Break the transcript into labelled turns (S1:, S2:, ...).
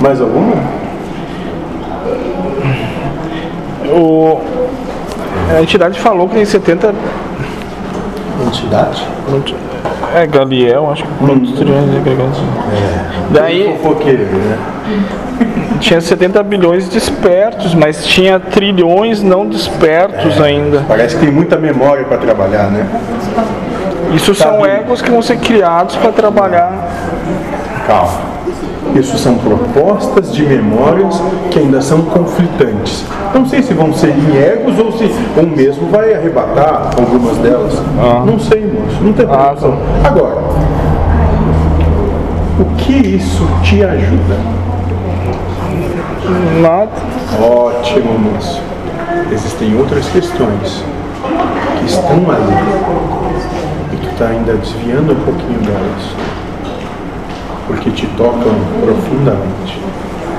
S1: Mais alguma?
S2: O, a entidade falou que em 70.
S1: Entidade?
S2: É, Galiel, acho que. produtos agregados. Daí
S1: Fofoqueiro, né?
S2: tinha 70 bilhões despertos, mas tinha trilhões não despertos ainda.
S1: Parece que tem muita memória para trabalhar, né?
S2: Isso são
S1: vivo.
S2: egos que vão ser criados para trabalhar.
S1: Calma. Isso são propostas de memórias que ainda são conflitantes. Não sei se vão ser em egos ou se um mesmo vai arrebatar algumas delas. Não sei, moço. Não tem
S2: Ah,
S1: problema. Agora, o que isso te ajuda?
S2: Nada.
S1: Ótimo, moço. Existem outras questões que estão ali e tu está ainda desviando um pouquinho delas, porque te tocam profundamente.